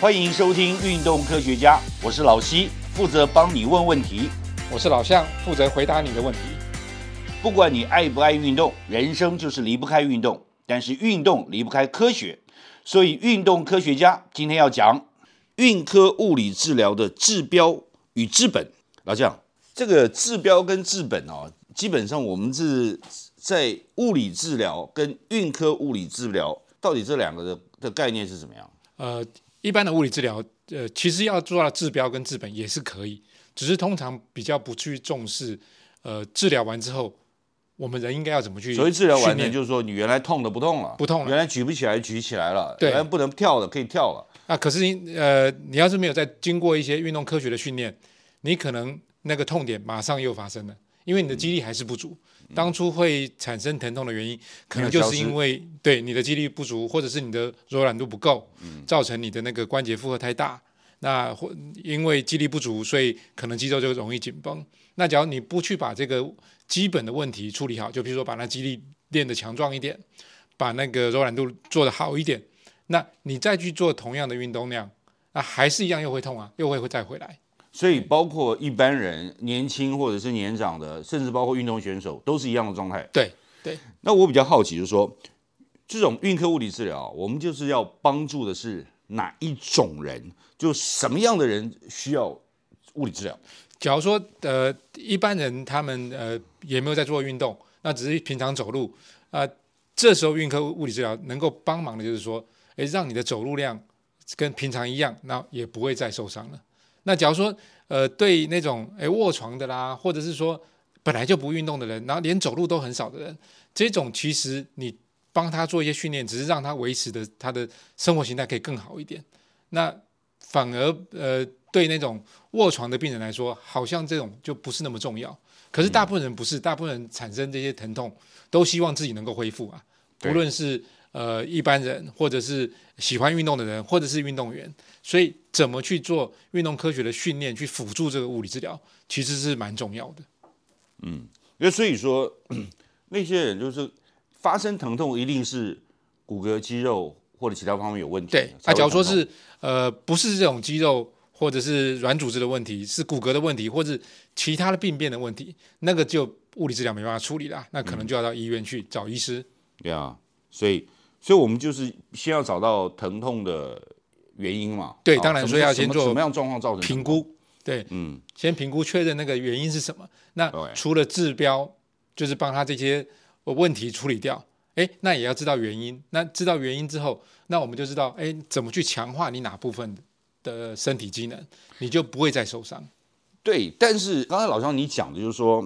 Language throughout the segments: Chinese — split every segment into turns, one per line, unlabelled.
欢迎收听《运动科学家》，我是老西，负责帮你问问题。
我是老向，负责回答你的问题。
不管你爱不爱运动，人生就是离不开运动，但是运动离不开科学，所以运动科学家今天要讲运科物理治疗的治标与治本。老将，这个治标跟治本哦，基本上我们是在物理治疗跟运科物理治疗到底这两个的的概念是怎么样？
呃，一般的物理治疗，呃，其实要做到治标跟治本也是可以，只是通常比较不去重视。呃，治疗完之后，我们人应该要怎么去训
所
练？
谓治疗完呢，就是说你原来痛的不痛了，
不痛了
原来举不起来举起来了，
对
原来不能跳的可以跳了，
啊，可是你呃，你要是没有再经过一些运动科学的训练，你可能那个痛点马上又发生了，因为你的肌力还是不足。
嗯
当初会产生疼痛的原因，可能就
没有消
是
失
因为对你的肌力不足，或者是你的柔软度不够，
嗯
造成你的那个关节负荷太大。那或因为肌力不足，所以可能肌肉就容易紧绷。那假如你不去把这个基本的问题处理好，就比如说把那肌力练得强壮一点，把那个柔软度做得好一点，那你再去做同样的运动量，那还是一样又会痛啊，又会会再回来。
所以包括一般人、年轻或者是年长的，甚至包括运动选手，都是一样的状态。
对对，
那我比较好奇，就是说这种运科物理治疗，我们就是要帮助的是哪一种人？就什么样的人需要物理治疗？
假如说呃一般人他们呃也没有在做运动，那只是平常走路啊、呃这时候运科物理治疗能够帮忙的就是说，诶，让你的走路量跟平常一样，那也不会再受伤了。那假如说呃对那种诶卧床的啦，或者是说本来就不运动的人，然后连走路都很少的人，这种其实你帮他做一些训练，只是让他维持的他的生活形态可以更好一点。那反而呃对那种卧床的病人来说，好像这种就不是那么重要。可是大部分人不是，大部分人产生这些疼痛，都希望自己能够恢复啊。
对
不论是呃一般人，或者是喜欢运动的人，或者是运动员，所以怎么去做运动科学的训练，去辅助这个物理治疗，其实是蛮重要的。
那所以说，那些人就是发生疼痛，一定是骨骼、肌肉或者其他方面有问题。
对，
才
啊，
会
假如说
疼痛
是呃不是这种肌肉或者是软组织的问题，是骨骼的问题，或者其他的病变的问题，那个就物理治疗没办法处理啦，那可能就要到医院去找医师。
对啊，所以，所以我们就是先要找到疼痛的原因嘛。
对
啊
当然
什么
所以要
什么
先做
什么样状况造成
评
疼痛。
估，对，嗯，先评估确认那个原因是什么。那
对
除了治标，就是帮他这些呃问题处理掉。诶，那也要知道原因。那知道原因之后，那我们就知道，诶，怎么去强化你哪部分的身体机能，你就不会再受伤。
对，但是刚才老张你讲的就是说，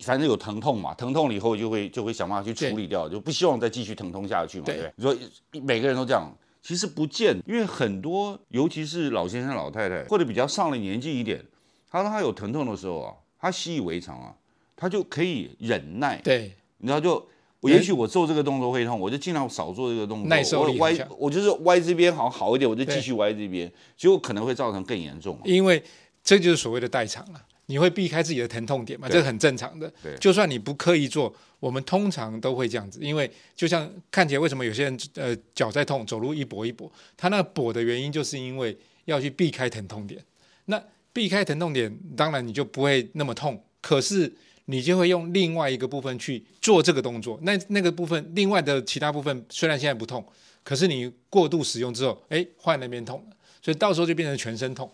反正有疼痛嘛，疼痛了以后就会就会想办法去处理掉，就不希望再继续疼痛下去嘛。
对
对，你说每个人都这样。其实不见，因为很多，尤其是老先生、老太太，或者比较上了年纪一点，他当他有疼痛的时候啊，他习以为常啊，他就可以忍耐，
对，
你知道就。我也许我做这个动作会痛，我就尽量少做这个动作。
哎耐受力
我歪
很强，
我就是歪这边好像好一点，我就继
对
续歪这边，结果可能会造成更严重嘛。
因为这就是所谓的代偿了。你会避开自己的疼痛点嘛？
对
这很正常的
对。
就算你不刻意做，我们通常都会这样子，因为就像看起来为什么有些人呃脚在痛，走路一跛一跛，他那跛的原因就是因为要去避开疼痛点。那避开疼痛点，当然你就不会那么痛，可是你就会用另外一个部分去做这个动作。那那个部分，另外的其他部分虽然现在不痛，可是你过度使用之后，哎，换那边痛了，所以到时候就变成全身痛。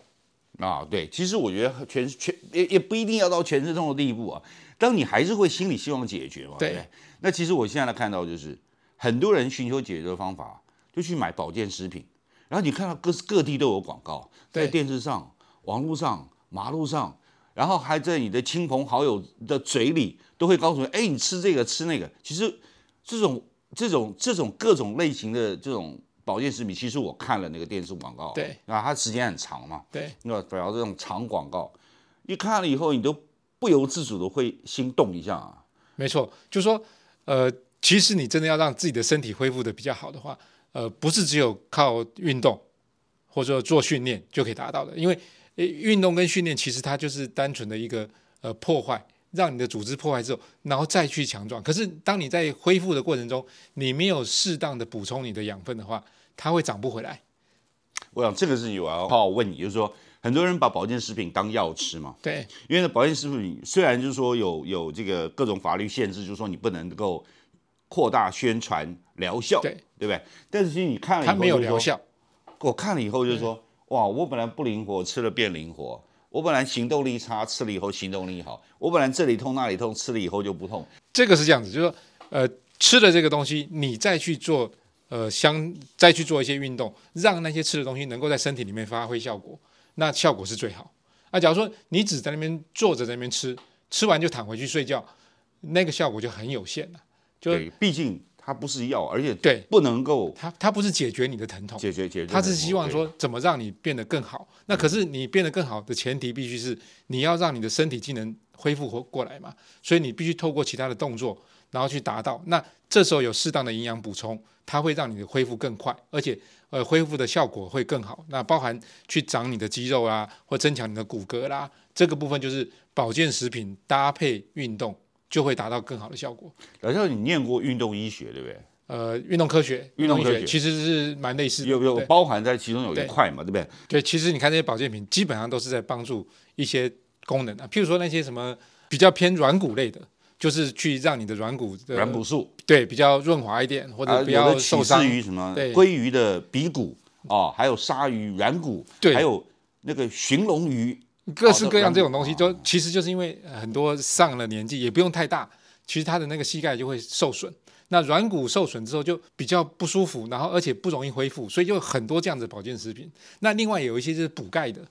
啊，对，其实我觉得全全也也不一定要到全身痛的地步啊，当你还是会心里希望解决嘛。
对
不那其实我现在看到就是很多人寻求解决的方法，就去买保健食品，然后你看到各各地都有广告，在
对
电视上、网络上、马路上，然后还在你的亲朋好友的嘴里都会告诉你，哎，你吃这个吃那个。其实这种这种这种各种类型的这种保健食品，其实我看了那个电视广告，
对，
啊，它时间很长嘛。
对。
那主要这种长广告，一看了以后，你都不由自主的会心动一下、啊。
没错，就说呃，其实你真的要让自己的身体恢复的比较好的话，呃，不是只有靠运动或者说做训练就可以达到的，因为呃运动跟训练其实它就是单纯的一个呃破坏，让你的组织破坏之后，然后再去强壮。可是当你在恢复的过程中，你没有适当的补充你的养分的话，它会长不回来。
我想这个是有啊，好，我问你，就是说，很多人把保健食品当药吃嘛，
对
因为呢，保健食品虽然就是说有有这个各种法律限制，就是说你不能够扩大宣传疗效，
对
对不对？但是其实你看了以
它
后，
没有疗。效，
我看了以后就说，哇，我本来不灵活，吃了变灵活；我本来行动力差，吃了以后行动力好；我本来这里痛那里痛，吃了以后就不痛。
这个是这样子，就是说，呃，吃的这个东西，你再去做，呃，相再去做一些运动，让那些吃的东西能够在身体里面发挥效果，那效果是最好。啊，假如说你只在那边坐着在那边吃，吃完就躺回去睡觉，那个效果就很有限了。就
对，毕竟它不是药，而且
对
不能够
它它不是解决你的疼痛，
解决解决。
它是希望说怎么让你变得更好。那可是你变得更好的前提，必须是你要让你的身体机能恢复过过来嘛。所以你必须透过其他的动作，然后去达到。那这时候有适当的营养补充，它会让你的恢复更快，而且呃恢复的效果会更好。那包含去长你的肌肉啦，或增强你的骨骼啦，这个部分就是保健食品搭配运动就会达到更好的效果。
对。老教授，你念过运动医学对不对？
呃，运动科学，
运动科学
其实是蛮类似的，
有有
对
包含在其中有一
对
块嘛，对不对？
对，其实你看这些保健品，基本上都是在帮助一些功能啊，譬如说那些什么比较偏软骨类的，就是去让你的软骨的
软骨素，
对比较润滑一点，或
啊
者不
有
要
的
受
起
伤。
自于什么
对
鲑鱼的鼻骨啊，还有鲨鱼软骨，
对
还有那个寻龙鱼，
各
哦
式各样这种东西，就其实就是因为呃很多上了年纪，也不用太大，其实他的那个膝盖就会受损。那软骨受损之后就比较不舒服，然后而且不容易恢复，所以就很多这样子的保健食品。那另外有一些就是补钙的，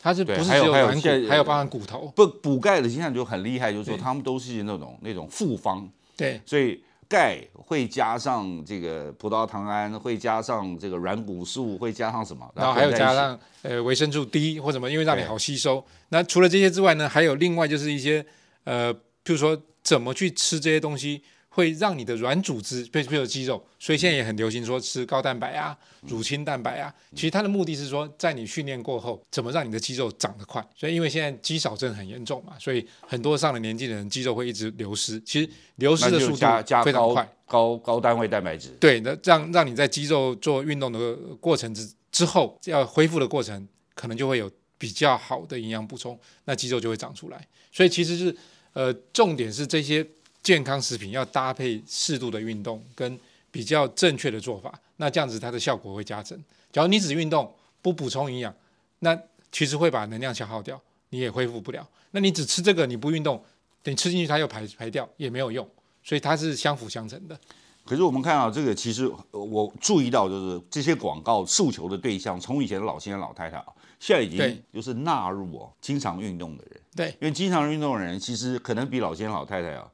它是不
对
是只
还有还有
软骨，
现在
还有包含骨头？
不补钙的现在就很厉害，就是说
对
他们都是那种那种复方，
对
所以钙会加上这个葡萄糖胺，会加上这个软骨素，会加上什么？
然后还有
混在一
加
起
上呃维生素 D 或什么，因为让你
对
好吸收。那除了这些之外呢，还有另外就是一些呃，譬如说怎么去吃这些东西，会让你的软组织，譬如譬如肌肉，所以现在也很流行说吃高蛋白啊、乳清蛋白啊。
嗯
其实它的目的是说，在你训练过后，怎么让你的肌肉长得快。所以因为现在肌少症很严重嘛，所以很多上了年纪的人肌肉会一直流失，其实流失
那
的
就
速度
加加
非常
高
快。
高高单位蛋白质。
对，那让让你在肌肉做运动的过程之之后，要恢复的过程，可能就会有比较好的营养补充，那肌肉就会长出来。所以其实是呃，重点是这些健康食品要搭配适度的运动跟比较正确的做法，那这样子它的效果会加成。假如你只运动不补充营养，那其实会把能量消耗掉，你也恢复不了。那你只吃这个你不运动，等吃进去它又排排掉也没有用，所以它是相辅相成的。
可是我们看到这个，其实呃我注意到就是这些广告诉求的对象，从以前的老先生、老太太啊，现在已经
对
就是纳入哦经常运动的人。
对
因为经常运动的人，其实可能比老先生、老太太啊。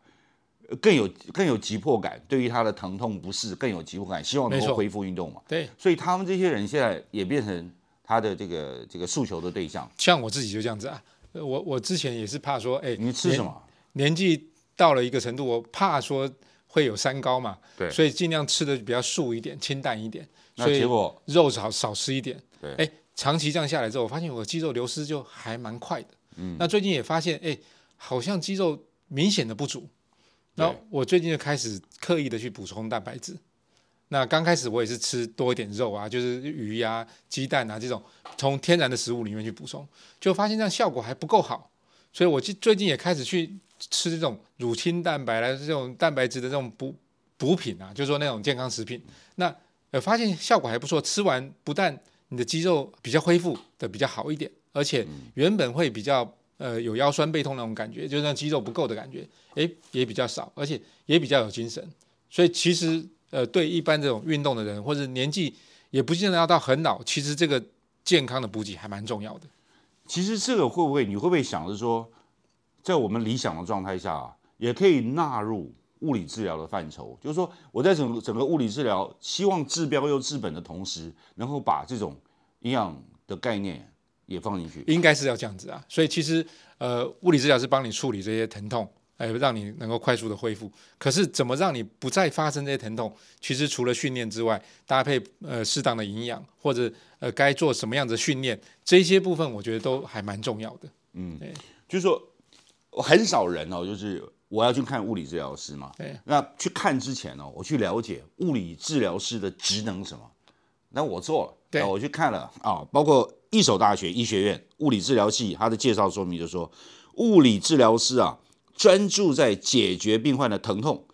呃更有更有急迫感，对于他的疼痛不适更有急迫感，希望能
没
够
错
恢复运动嘛。
对，
所以他们这些人现在也变成他的这个这个诉求的对象。
像我自己就这样子啊，呃我我之前也是怕说，哎、
你吃什么？
年？年纪到了一个程度，我怕说会有三高嘛，
对
所以尽量吃的比较素一点、清淡一点，
那
所以
结果
肉少少吃一点。
对
哎、长期这样下来之后，我发现我肌肉流失就还蛮快的。嗯，那最近也发现，哎、好像肌肉明显的不足。那
对
我最近就开始刻意的去补充蛋白质。那刚开始我也是吃多一点肉啊，就是鱼呀、鸡蛋啊这种从天然的食物里面去补充，就发现这样效果还不够好，所以我最最近也开始去吃这种乳清蛋白啦，这种蛋白质的这种补补品啊，就是说那种健康食品。那呃发现效果还不错，吃完不但你的肌肉比较恢复的比较好一点，而且原本会比较呃有腰酸背痛那种感觉，就是那肌肉不够的感觉，诶也比较少，而且也比较有精神。所以其实呃，对一般这种运动的人，或者年纪也不见得要到很老，其实这个健康的补给还蛮重要的。
其实这个会不会你会不会想着说，在我们理想的状态下、啊，也可以纳入物理治疗的范畴？就是说，我在整个整个物理治疗希望治标又治本的同时，能够把这种营养的概念也放进去。
应该是要这样子啊。所以其实呃，物理治疗是帮你处理这些疼痛，哎、让你能够快速的恢复。可是怎么让你不再发生这些疼痛？其实除了训练之外，搭配呃适当的营养，或者呃该做什么样子的训练，这些部分我觉得都还蛮重要的。
就是说，我很少人哦，就是我要去看物理治疗师嘛。
对。
那去看之前呢、哦，我去了解物理治疗师的职能是什么。那我做了，
对
啊我去看了啊、包括一所大学医学院物理治疗系，它的介绍说明就说，物理治疗师啊，专注在解决病患的疼痛，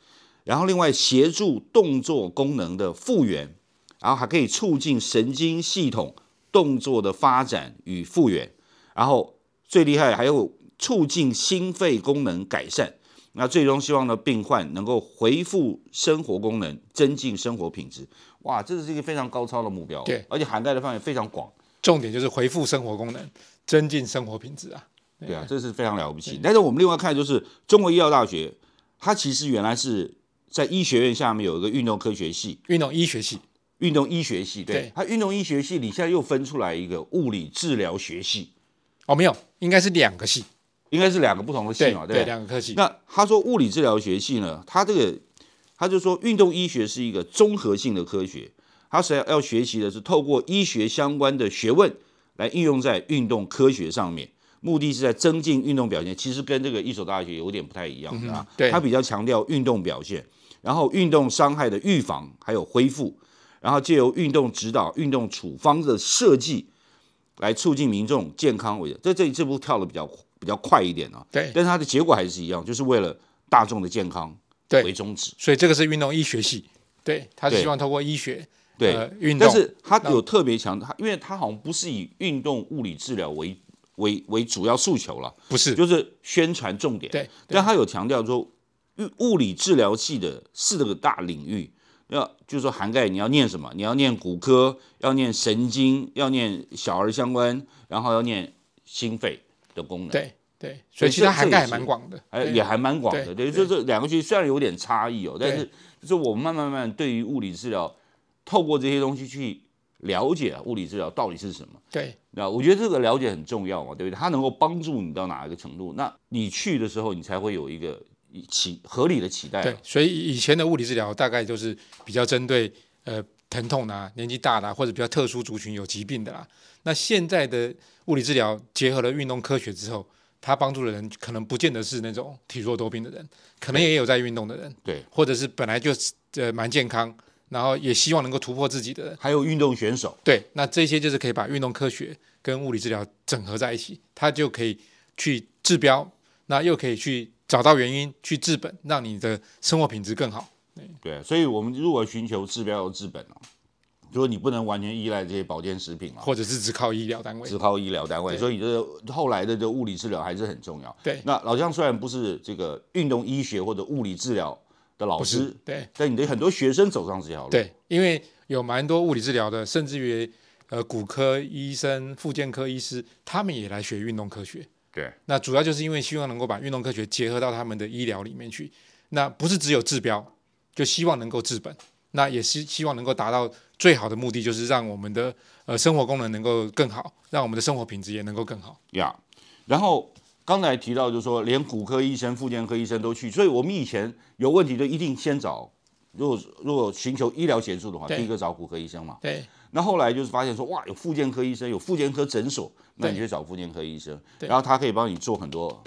然后另外协助动作功能的复原，然后还可以促进神经系统动作的发展与复原，然后最厉害还有促进心肺功能改善。那最终希望呢，病患能够恢复生活功能，增进生活品质。哇，这是一个非常高超的目标，
对，
而且涵盖的范围非常广，
重点就是恢复生活功能，增进生活品质啊。
对啊，这是非常了不起。但是我们另外看就是中国医药大学，它其实原来是在医学院下面有一个运动科学系，
运动医学系，
运动医学系，对，
对
它运动医学系里现在又分出来一个物理治疗学系，
哦，没有，应该是两个系，
应该是两个不同的系
对
嘛，
对，
不对？
两个科系，
那他说物理治疗学系呢，他这个他就说运动医学是一个综合性的科学，他是要要学习的是透过医学相关的学问来应用在运动科学上面，目的是在增进运动表现。其实跟这个一所大学有点不太一样的啊，
对
他比较强调运动表现，然后运动伤害的预防还有恢复，然后借由运动指导、运动处方的设计。来促进民众健康为这这这步跳的比较比较快一点啊，
对，
但是它的结果还是一样，就是为了大众的健康
对
为宗旨。
所以这个是运动医学系，对，他是
对
希望透过医学，
对，
呃，运动，
但是它有特别强，它因为它好像不是以运动物理治疗为为为主要诉求了，
不是，
就是宣传重点。
对，
但它有强调说，物物理治疗系的四个大领域，要就是说涵盖你要念什么，你要念骨科，要念神经，要念小儿相关，然后要念心肺的功能。
对对，所
所
以
以
其实它
这
涵盖
这
还
也
蛮
是
广的，
还
对
也还蛮广的，对，
对
就这两个区虽然有点差异哦，
对
但是就是我们慢慢慢慢对于物理治疗，透过这些东西去了解啊物理治疗到底是什么。
对
那我觉得这个了解很重要嘛，对不对？它能够帮助你到哪一个程度，那你去的时候你才会有一个期合理的期待。啊
对，所以以前的物理治疗大概就是比较针对呃疼痛啦、年纪大啦、啊或者比较特殊族群有疾病的啦。那现在的物理治疗结合了运动科学之后，它帮助的人可能不见得是那种体弱多病的人，可能也有在运动的人，
对，
或者是本来就是呃蛮健康，然后也希望能够突破自己的人。
还有运动选手，
对，那这些就是可以把运动科学跟物理治疗整合在一起，它就可以去治标，那又可以去找到原因，去治本，让你的生活品质更好。
对，所以我们如果寻求治标要治本哦，就是你不能完全依赖这些保健食品了。啊
或者是只靠医疗单位
只。靠医疗单位，所以这个后来的这物理治疗还是很重要。
对
那老姜虽然不是这个运动医学或者物理治疗的老师，
对
但你的很多学生走上这条路，
对，因为有蛮多物理治疗的，甚至于呃骨科医生、复健科医师，他们也来学运动科学。
对
那主要就是因为希望能够把运动科学结合到他们的医疗里面去。那不是只有治标，就希望能够治本。那也是希望能够达到最好的目的，就是让我们的呃生活功能能够更好，让我们的生活品质也能够更好。
呀。然后刚才提到，就是说连骨科医生、复健科医生都去，所以我们以前有问题就一定先找，如果如果寻求医疗协助的话，
对
第一个找骨科医生嘛。
对
那后来就是发现说，哇，有复健科医生，有复健科诊所，那你
对
去找复健科医生，
对
然后他可以帮你做很多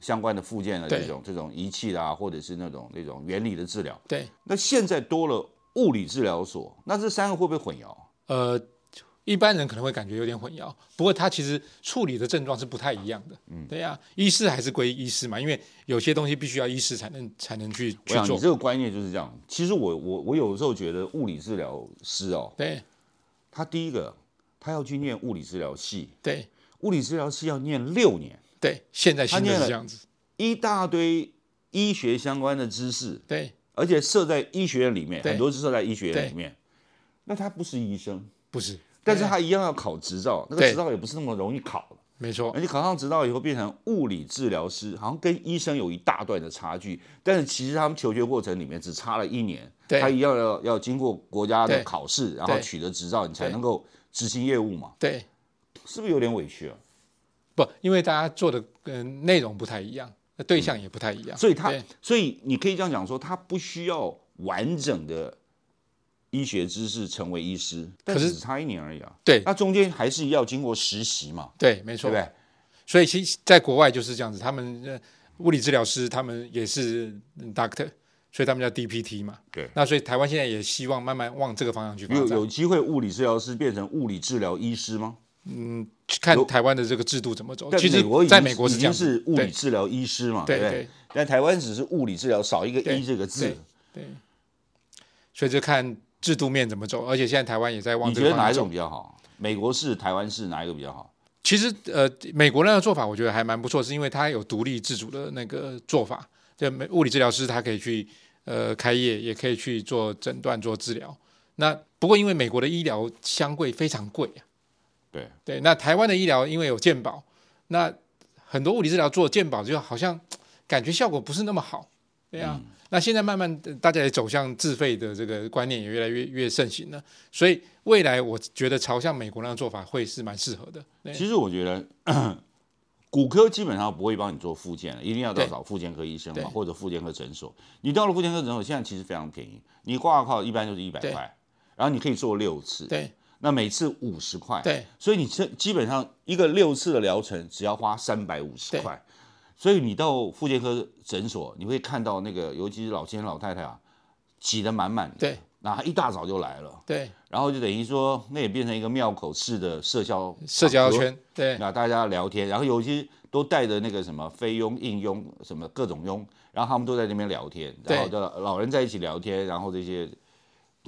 相关的复健的
对
这种这种仪器啦，或者是那种那种原理的治疗。
对，
那现在多了物理治疗所，那这三个会不会混淆？
呃，一般人可能会感觉有点混淆，不过它其实处理的症状是不太一样的。嗯，对呀、医师还是归医师嘛，因为有些东西必须要医师才能才能去
我
去
想你
做。
这个观念就是这样。其实我我我有时候觉得物理治疗师哦，
对
他第一个他要去念物理治疗系，
对
物理治疗系要念六年，
对，现在新
他
的
念
是
了
这样子。
一大堆医学相关的知识，
对，
而且设在医学院里面，
对
很多是设在医学院里面。那他不是医生，
不是，
但是他一样要考执照，那个
对
执照也不是那么容易考的
没错，
而且考上执照以后变成物理治疗师，好像跟医生有一大段的差距。但是其实他们求学过程里面只差了一年，
对
他一样要要经过国家的
对
考试，然后
对
取得执照，你才
对
能够执行业务嘛，
对。
是不是有点委屈啊？
不，因为大家做的嗯、呃内容不太一样，呃对象也不太一样，
所以他
对，
所以你可以这样讲说，他不需要完整的医学知识成为医师，但
可是
只差一年而已啊。
对
那中间还是要经过实习嘛，
对，没
对
错
不。对？
所以其实在国外就是这样子，他们呃物理治疗师他们也是嗯 doctor，所以他们叫 DPT 嘛。
对
那所以台湾现在也希望慢慢往这个方向去发
有
展
有，机会物理治疗师变成物理治疗医师吗？
去看台湾的这个制度怎么走。
但
其实
国已经
在美国
已
是这
经
样子，
是物理
对
治疗医师嘛，
对
不对
对？
但台湾只是物理治疗少一个“
对
医”这个字
对。所以就看制度面怎么走。而且现在台湾也在往
你
这
觉
个
得
方
哪
向
一
走
种。比较好？美国是、台湾是哪一个比较好？
其实呃，美国那个做法我觉得还蛮不错，是因为它有独立自主的那个做法。就美物理治疗师他可以去呃开业，也可以去做诊断、做治疗。那不过因为美国的医疗相贵非常贵啊，
对
对，那台湾的医疗因为有健保，那很多物理治疗做健保就好像感觉效果不是那么好，对啊。那现在慢慢呃大家也走向自费的这个观念也越来越越盛行了，所以未来我觉得朝向美国那样做法会是蛮适合的。对
其实我觉得。骨科基本上不会帮你做复健了，一定要到
对
找复健科医生
对
嘛，或者复健科诊所。你到了复健科诊所，现在其实非常便宜，你挂靠一般就是一百
对
块，然后你可以做六次，
对
那每次五十块，
对
所以你这基本上一个六次的疗程只要花三百五十
对
块，所以你到妇健科诊所，你会看到那个，尤其是老先生老太太啊，挤得满满的，
对，
那他一大早就来了，
对，
然后就等于说那也变成一个庙口式的社交
社交
场合，
圈对
那大家聊天，然后尤其都带着那个什么菲佣、应佣什么各种佣，然后他们都在那边聊天，
对
然后的老人在一起聊天，然后这些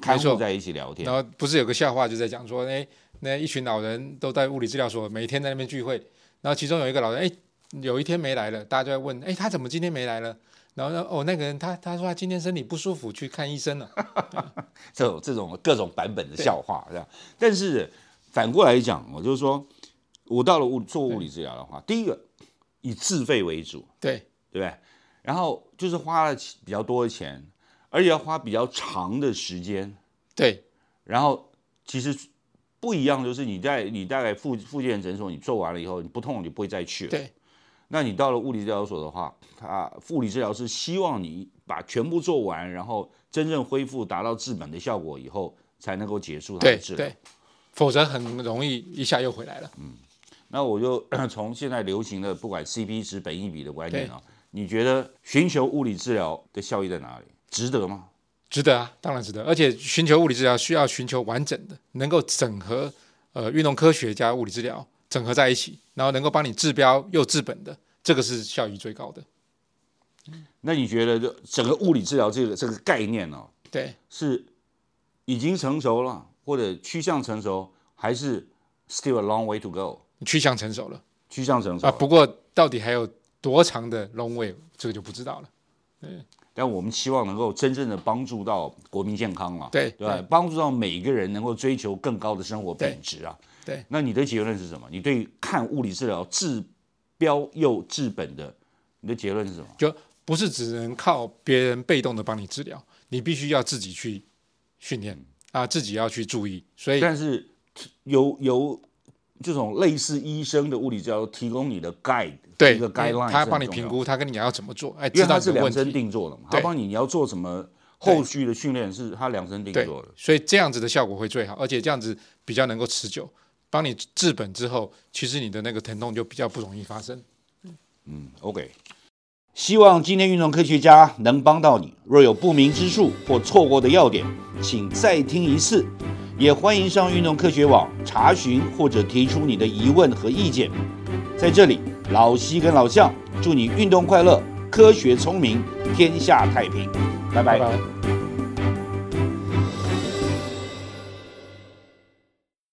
看护
错
在一起聊天
然，后不是有个笑话就在讲说，哎，那一群老人都在物理治疗所，每天在那边聚会，然后其中有一个老人，哎，有一天没来了，大家就在问，哎，他怎么今天没来了？然后呢，哦，那个人他他说他今天身体不舒服，去看医生了。
这种这种各种版本的笑话，这样。但是反过来讲，我就是说，我到了物做物理治疗的
嗯
话，第一个以自费为主，
对
对不对？然后就是花了钱比较多的钱，而且要花比较长的时间。
对
然后其实不一样，就是你在你大概复复健诊所你做完了以后，你不痛你不会再去了。
对
那你到了物理治疗所的话，他物理治疗师希望你把全部做完，然后真正恢复达到治本的效果以后，才能够结束他的
对
治疗。
对，否则很容易一下又回来了。
那我就 从现在流行的不管 CP 值、本益比的观念啊，你觉得寻求物理治疗的效益在哪里？值得吗？
值得啊，当然值得。而且寻求物理治疗需要寻求完整的，能够整合呃运动科学加物理治疗整合在一起，然后能够帮你治标又治本的，这个是效益最高的。
那你觉得这整个物理治疗这个这个概念哦呢、
对，
是已经成熟了，或者趋向成熟，还是 still a long way to go？
趋向成熟了
趋向成熟
啊。不过到底还有多长的 long way，这个就不知道了。
但我们希望能够真正的帮助到国民健康啊，
对
对吧
对
帮助到每一个人能够追求更高的生活品质啊。
对对
那你的结论是什么？你对看物理治疗治标又治本的，你的结论是什么？
就不是只能靠别人被动的帮你治疗，你必须要自己去训
嗯
练啊，自己要去注意。所以
但是由由这种类似医生的物理治疗提供你的 guide，
对
一个 guideline，
他
是很
帮你
重
评
要的
估，他跟你讲要怎么做，哎，
因
知
为他
道你
是
的
量
问
身
题。
定做的嘛，
对
他帮你你要做什么
对
后续的训练是他量身定
对
做的。，
所以这样子的效果会最好，而且这样子比较能够持久。帮你治本之后，其实你的那个疼痛就比较不容易发生。
OK，希望今天运动科学家能帮到你。若有不明之处或错过的要点，请再听一次。也欢迎上运动科学网查询或者提出你的疑问和意见。在这里，老西跟老向祝你运动快乐，科学聪明，天下太平。拜拜
拜拜